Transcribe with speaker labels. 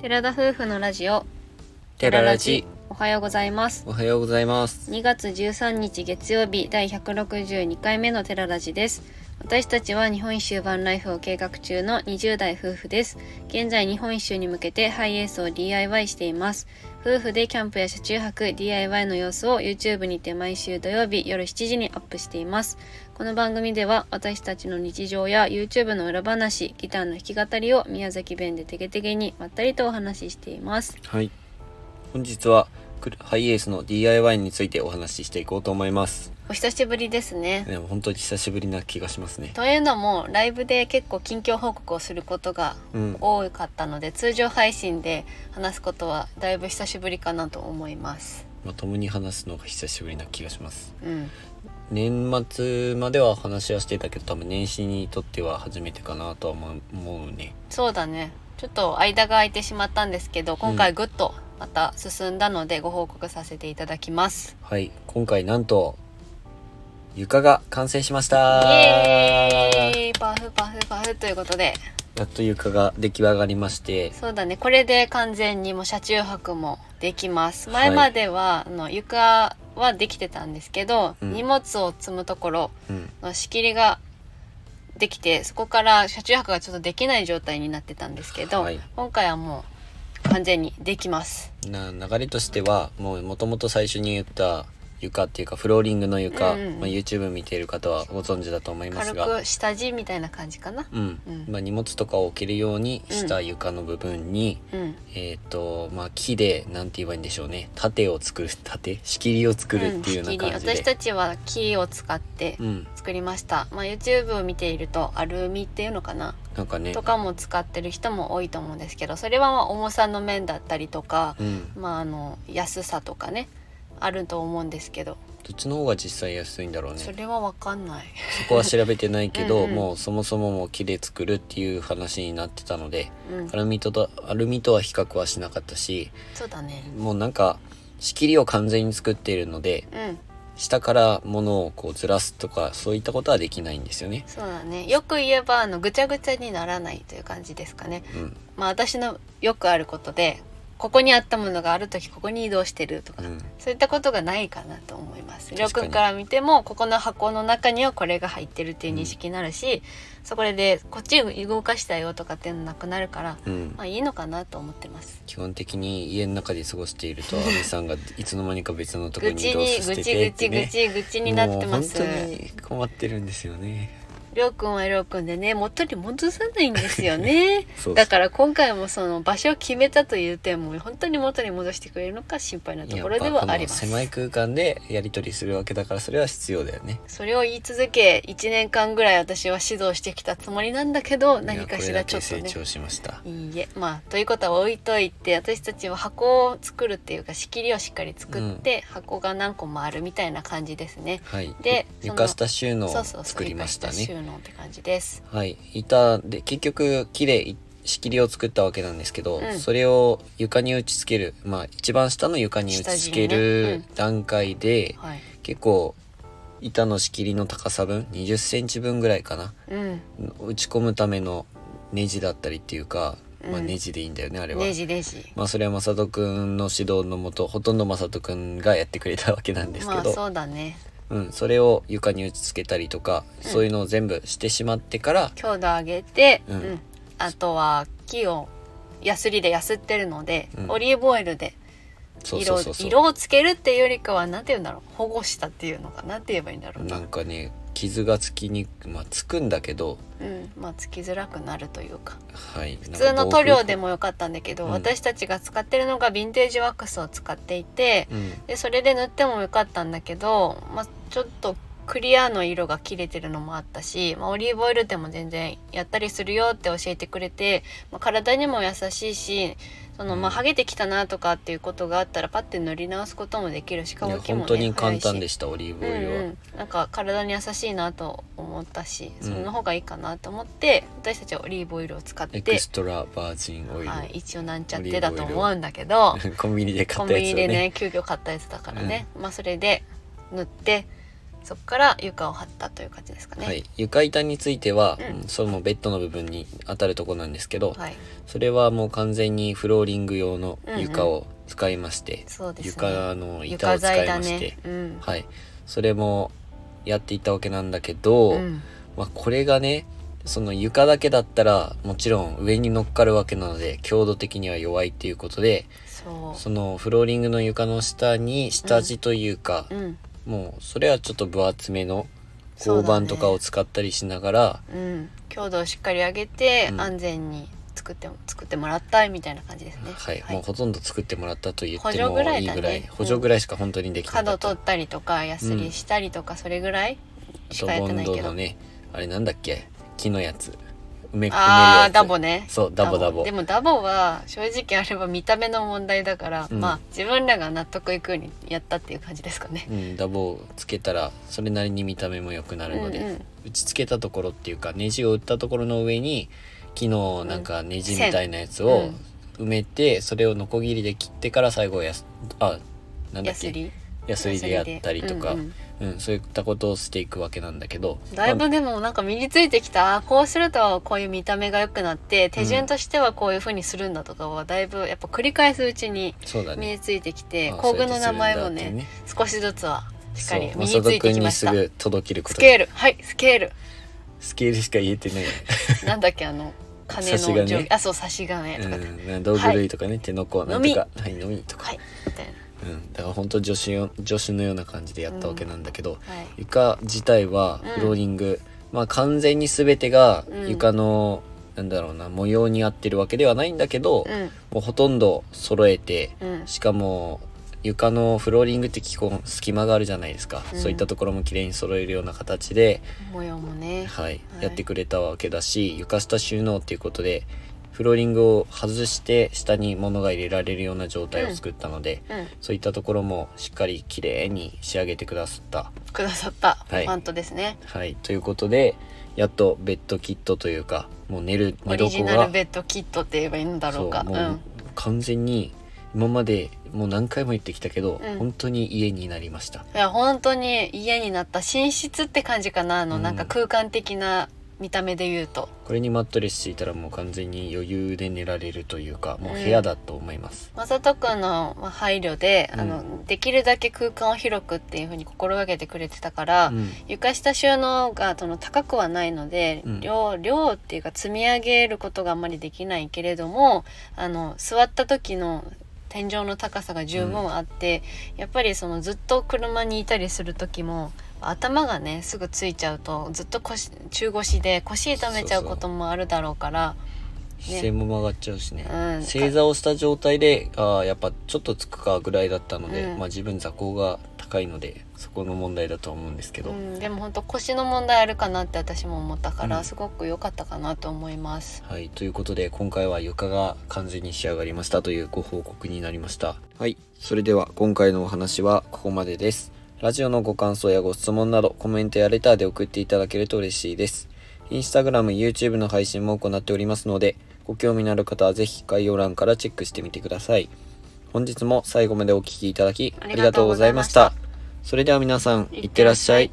Speaker 1: 寺田夫婦のラジオ
Speaker 2: テララジ、
Speaker 1: おはようございます
Speaker 2: おはようございます。
Speaker 1: 2月13日月曜日第162回目のテララジです私たちは日本一周バンライフを計画中の20代夫婦です現在日本一周に向けてハイエースを DIY しています夫婦でキャンプや車中泊 DIY の様子を YouTube にて毎週土曜日夜7時にアップしていますこの番組では私たちの日常や YouTube の裏話ギターの弾き語りを宮崎弁でテゲテゲにまったりとお話ししています
Speaker 2: はい。本日はくるハイエースの DIY についてお話ししていこうと思います。
Speaker 1: お久しぶりですね
Speaker 2: でも本当に久しぶりな気がしますね。
Speaker 1: というのもライブで結構近況報告をすることが
Speaker 2: うん。
Speaker 1: 多かったので通常配信で話すことはだいぶ久しぶりかなと思います。
Speaker 2: まあ、共に話すのが久しぶりな気がします。
Speaker 1: うん、
Speaker 2: 年末までは話はしてたけど、多分年始にとっては初めてかなとは思う思うね。
Speaker 1: そうだねちょっと間が空いてしまったんですけど今回ぐっとまた進んだのでご報告させていただきます。
Speaker 2: はい。今回なんと、床が完成しました
Speaker 1: イエーイパフパフパフということで
Speaker 2: やっと床が出来上がりまして、
Speaker 1: そうだねこれで完全にもう車中泊もできます
Speaker 2: はい
Speaker 1: 前までは、あの床はできてたんですけど、
Speaker 2: うん
Speaker 1: 荷物を積むところ
Speaker 2: うん。
Speaker 1: の仕切りができてそこから車中泊がちょっとできない状態になってたんですけど、
Speaker 2: はい
Speaker 1: 今回はもう完全にできます。
Speaker 2: な流れとしてはもうもともと最初に言った床っていうかフローリングの床、
Speaker 1: うんうんうん
Speaker 2: まあ、YouTube 見ている方はご存知だと思います
Speaker 1: 軽
Speaker 2: が、
Speaker 1: く下地みたいな感じかな。
Speaker 2: うん
Speaker 1: うん
Speaker 2: まあ、荷物とかを置けるようにした床の部分に、
Speaker 1: うん、
Speaker 2: えっ、とまあ木でなんて言えばいいんでしょうね盾を作る 盾仕切りを作るっていう
Speaker 1: うん仕
Speaker 2: ような
Speaker 1: 切り
Speaker 2: 感じで、うん
Speaker 1: 私たちは木を使って作りました。まあ YouTube を見ているとアルミっていうのかな
Speaker 2: なんかね
Speaker 1: とかも使ってる人も多いと思うんですけど、それはまあ重さの面だったりとか、
Speaker 2: うん、
Speaker 1: まああの安さとかねあると思うんですけど、
Speaker 2: どっちの方が実際安いんだろうね
Speaker 1: それはわかんない。
Speaker 2: そこは調べてないけど
Speaker 1: うんうん
Speaker 2: もうそもそももう木で作るっていう話になってたので
Speaker 1: うん
Speaker 2: ア、ルミととアルミとは比較はしなかったし
Speaker 1: そうだね。
Speaker 2: もうなんか仕切りを完全に作っているので
Speaker 1: うん。
Speaker 2: 下から物をこうずらすとかそういったことはできないんですよね。
Speaker 1: そうだねよく言えばあのぐちゃぐちゃにならないという感じですかね
Speaker 2: うん、
Speaker 1: まあ私のよくあることでここにあったものがある時ここに移動してるとか、
Speaker 2: うん、
Speaker 1: そういったことがないかなと思いますりょう
Speaker 2: 確か
Speaker 1: く
Speaker 2: に
Speaker 1: んから見てもここの箱の中にはこれが入ってるっていう認識になるし、そこでこっち動かしたよとかっていうのなくなるから
Speaker 2: うん
Speaker 1: ま、あいいのかなと思ってます
Speaker 2: 基本的に家の中で過ごしていると、アミさんがいつの間にか別のところ
Speaker 1: 愚
Speaker 2: に移
Speaker 1: 痴
Speaker 2: 動
Speaker 1: に
Speaker 2: さ
Speaker 1: 愚
Speaker 2: せ
Speaker 1: 痴
Speaker 2: て
Speaker 1: 愚
Speaker 2: って
Speaker 1: 痴愚
Speaker 2: ね。
Speaker 1: 痴愚痴にな
Speaker 2: も
Speaker 1: っ
Speaker 2: う
Speaker 1: てま
Speaker 2: 本
Speaker 1: す
Speaker 2: 当に困ってるんですよね。
Speaker 1: りょうくんはりょうくんでね元に戻さないんですよね
Speaker 2: そうそう
Speaker 1: だから今回もその場所を決めたという点も本当に元に戻してくれるのか心配なと
Speaker 2: や
Speaker 1: こ
Speaker 2: っ
Speaker 1: ろで
Speaker 2: ぱこ
Speaker 1: はあり
Speaker 2: の
Speaker 1: ます
Speaker 2: 狭い空間でやり取りするわけだから、それは必要だよね。
Speaker 1: それを言い続け1年間ぐらい私は指導してきたつもりなんだけど何かしらちょっと
Speaker 2: いやこれだけ
Speaker 1: ね
Speaker 2: 成長しました。
Speaker 1: いいえまあということは置いといて私たちは箱を作るっていうか仕切りをしっかり作って、箱が何個もあるみたいな感じですね
Speaker 2: はい。
Speaker 1: でその
Speaker 2: 床下収納
Speaker 1: そ
Speaker 2: を
Speaker 1: うそうそう
Speaker 2: 作りましたね。
Speaker 1: 収納って感じです
Speaker 2: はい、板で結局木でい仕切りを作ったわけなんですけど、
Speaker 1: うん
Speaker 2: それを床に打ち付ける、まあ、一番下の床に打ち
Speaker 1: 下地に
Speaker 2: 付ける
Speaker 1: ね
Speaker 2: 段階で、
Speaker 1: はい
Speaker 2: 結構板の仕切りの高さ分2 0センチ分ぐらいかな
Speaker 1: うん
Speaker 2: 打ち込むためのネジだったりっていうか、まあ、
Speaker 1: うん
Speaker 2: ネジでいいんだよね、あれは。
Speaker 1: ネジネジ
Speaker 2: まあそれは正人くんの指導のもとほとんど正人くんがやってくれたわけなんですけ
Speaker 1: まあ
Speaker 2: ど、
Speaker 1: そうだね
Speaker 2: うん、それを床に打ち付けたりとか、
Speaker 1: うん
Speaker 2: そういうのを全部してしまってから
Speaker 1: 強度上げて、
Speaker 2: うん
Speaker 1: うんあとは木をヤスリでやすってるので、
Speaker 2: うん
Speaker 1: オリーブオイルで
Speaker 2: そう
Speaker 1: 色
Speaker 2: そう
Speaker 1: を
Speaker 2: そうそう
Speaker 1: 色をつけるっていうよりかはなんて言うんだろう保護したっていうのかなって言えばいいんだろう
Speaker 2: な
Speaker 1: な、
Speaker 2: んかね傷がつきにくまあつくんだけど
Speaker 1: うん、まあつきづらくなるというか
Speaker 2: はい
Speaker 1: 普
Speaker 2: 普
Speaker 1: 通の塗料でもよかったんだけど、
Speaker 2: うん
Speaker 1: 私たちが使ってるのがヴィンテージワックスを使っていて
Speaker 2: うん
Speaker 1: でそれで塗ってもよかったんだけど、まあ、ちょっとクリアの色が切れてるのもあったし、まあ、オリーブオイルでも全然やったりするよって教えてくれて、まあ、体にも優しいしそのまあ
Speaker 2: うん
Speaker 1: 剥げてきたなとかっていうことがあったらパッて塗り直すこともできるし
Speaker 2: い
Speaker 1: 乾
Speaker 2: や
Speaker 1: きも、ね、
Speaker 2: 本当に簡単
Speaker 1: 早い
Speaker 2: で
Speaker 1: し
Speaker 2: したオリ
Speaker 1: う
Speaker 2: ーブ
Speaker 1: ん
Speaker 2: オイルは、
Speaker 1: うん、なんか体に優しいなと思ったし、
Speaker 2: うん
Speaker 1: その方がいいかなと思って私たちはオリーブオイルを使っ
Speaker 2: エク
Speaker 1: て
Speaker 2: ス、トラバージンオイル、
Speaker 1: はい、一応なんちゃってだと思うんだけど
Speaker 2: コンビニで買
Speaker 1: コ
Speaker 2: っ
Speaker 1: ン
Speaker 2: た
Speaker 1: ビ
Speaker 2: やつ
Speaker 1: ニ
Speaker 2: を
Speaker 1: で
Speaker 2: ね
Speaker 1: ね急遽買ったやつだからね、まあそれで塗ってそこから床を張ったという感じですかね。
Speaker 2: はい、床板については、
Speaker 1: うん
Speaker 2: うんそのベッドの部分に当たるとこなんですけど、
Speaker 1: はい
Speaker 2: それはもう完全にフローリング用の床を使いまして、
Speaker 1: そうですね。
Speaker 2: 床の板を使いまして、
Speaker 1: うん。
Speaker 2: はい、それもやっていったわけなんだけど、
Speaker 1: うん
Speaker 2: まあ、これがねその床だけだったらもちろん上に乗っかるわけなので強度的には弱いっていうことで
Speaker 1: そ
Speaker 2: そのフローリングの床の下に下地というか
Speaker 1: う。、うん。
Speaker 2: もうそれはちょっと分厚めの
Speaker 1: そう
Speaker 2: 合
Speaker 1: だ
Speaker 2: 板
Speaker 1: ね
Speaker 2: とかを使ったりしながら、
Speaker 1: うん。強度をしっかり上げて、
Speaker 2: うん
Speaker 1: 安全に作っても作ってもらったいみたいな感じですね。
Speaker 2: はいもうほとんど作ってもらったと言って
Speaker 1: 補助
Speaker 2: も
Speaker 1: ぐら
Speaker 2: い
Speaker 1: い
Speaker 2: い
Speaker 1: だね
Speaker 2: ぐらい
Speaker 1: うん
Speaker 2: 補助ぐらいしか本当にできなか
Speaker 1: 角
Speaker 2: った、
Speaker 1: 取ったりとかヤスリしたりとか、それぐらい
Speaker 2: あ
Speaker 1: し
Speaker 2: と
Speaker 1: かやっ
Speaker 2: ボ
Speaker 1: てな
Speaker 2: ン
Speaker 1: いけ
Speaker 2: ド
Speaker 1: ど。
Speaker 2: のねあれなんだっけ木のやつ埋め埋めるやつ
Speaker 1: ああダボね。
Speaker 2: そうダボダボ
Speaker 1: でもダボは正直あれは見た目の問題だから、
Speaker 2: うん
Speaker 1: まあ自分らが納得いくようにやったっていう感じですかね。
Speaker 2: うん、ダボをつけたらそれなりに見た目も良くなるので、
Speaker 1: うんうん
Speaker 2: 打ち付けたところっていうかネジを打ったところの上に木のなんかネジみたいなやつ
Speaker 1: う
Speaker 2: を
Speaker 1: ん
Speaker 2: 埋めて、それをノコギリで切ってから最後やすあなんだ
Speaker 1: ヤ
Speaker 2: っ
Speaker 1: ス
Speaker 2: け
Speaker 1: リ。
Speaker 2: ヤスリでやったりとか、
Speaker 1: う
Speaker 2: うんん
Speaker 1: うん
Speaker 2: そういったことをしていくわけなんだけど
Speaker 1: だいぶ
Speaker 2: ま
Speaker 1: でもなんか身についてきたあこうするとこういう見た目が良くなって手順としてはこういう風にするんだとかはだいぶやっぱ繰り返すうちに
Speaker 2: あそうだ
Speaker 1: 身
Speaker 2: ね
Speaker 1: についてきて、
Speaker 2: あ
Speaker 1: 工具の名前も
Speaker 2: そうや
Speaker 1: ね
Speaker 2: ってするんだ
Speaker 1: 少しずつはしっ
Speaker 2: そ
Speaker 1: か
Speaker 2: う
Speaker 1: り身
Speaker 2: ま
Speaker 1: に
Speaker 2: あ
Speaker 1: つ
Speaker 2: 所
Speaker 1: いて
Speaker 2: 属
Speaker 1: きま
Speaker 2: に
Speaker 1: し
Speaker 2: す
Speaker 1: た、
Speaker 2: ぐ届けるこ
Speaker 1: ス
Speaker 2: とだ
Speaker 1: ケールはいスケール
Speaker 2: スケールしか言えてない、
Speaker 1: なんだっけあ の金の
Speaker 2: 差し金
Speaker 1: 定規あそう差し金とかね、
Speaker 2: うん、道具類とかね、手の甲なんとかはいのみとか、
Speaker 1: はいみたい
Speaker 2: うん、だから本当助手よ助手のような感じでやったわけなんだけど、
Speaker 1: なはい
Speaker 2: 床自体は
Speaker 1: うん
Speaker 2: フローリング、まあ完全に全てが
Speaker 1: うん
Speaker 2: 床の、なんだろうな模様に合ってるわけではないんだけど、
Speaker 1: うん
Speaker 2: もうほとんど揃えて
Speaker 1: うん
Speaker 2: しかも床のフローリングって基本隙間があるじゃないですか、
Speaker 1: うん
Speaker 2: そういったところも綺麗に揃えるような形で、
Speaker 1: 模様もね
Speaker 2: はい
Speaker 1: はい
Speaker 2: やってくれたわけだし床下収納っていうことでフローリングを外して下に物が入れられるような状態を作ったので、
Speaker 1: うん
Speaker 2: そういったところもしっかり綺麗に仕上げてくださった
Speaker 1: くださった
Speaker 2: はい
Speaker 1: マントですね、
Speaker 2: はい、ということでやっとベッドキットというかもう寝る寝
Speaker 1: オリジ
Speaker 2: 床
Speaker 1: ナ
Speaker 2: が
Speaker 1: ルベッドキットって言えばいいんだろうか
Speaker 2: そ
Speaker 1: う
Speaker 2: うもうん完全に今までもう何回も言ってきたけど、
Speaker 1: うん
Speaker 2: 本当に家になりました
Speaker 1: いや本当に家になった寝室って感じかなあの、
Speaker 2: うん
Speaker 1: なんか空間的な見た目で言うと
Speaker 2: これにマットレス敷いたらもう完全に余裕で寝られるというかもう
Speaker 1: うん
Speaker 2: 部屋だと思います、
Speaker 1: まさとくんのまあ配慮で、
Speaker 2: うん
Speaker 1: あのできるだけ空間を広くっていうふうに心がけてくれてたから、
Speaker 2: うん
Speaker 1: 床下収納がその高くはないので、
Speaker 2: うん
Speaker 1: 量量っていうか積み上げることがあんまりできないけれどもあの座った時の天井の高さが十分あって、やっぱりそのずっと車にいたりする時も頭がねすぐついちゃうとずっと腰中腰で腰痛めちゃうこともあるだろうから
Speaker 2: 姿勢も曲がっちゃうしね、
Speaker 1: うん
Speaker 2: 正座をした状態でああやっぱちょっとつくかぐらいだったので、
Speaker 1: うん
Speaker 2: まあ自分座高が高いのでそこの問題だと思うんですけど、
Speaker 1: うん、でも本当腰の問題あるかなって私も思ったから、
Speaker 2: うん
Speaker 1: すごく良かったかなと思います。
Speaker 2: はい、ということで今回は床が完全に仕上がりましたというご報告になりました。はい、それでは今回のお話はここまでです。ラジオのご感想やご質問などコメントやレターで送っていただけると嬉しいです。インスタグラム、YouTube の配信も行っておりますので、ご興味のある方はぜひ概要欄からチェックしてみてください。本日も最後までお聴きいただきありがとうございました。それでは皆さん、いってらっしゃい。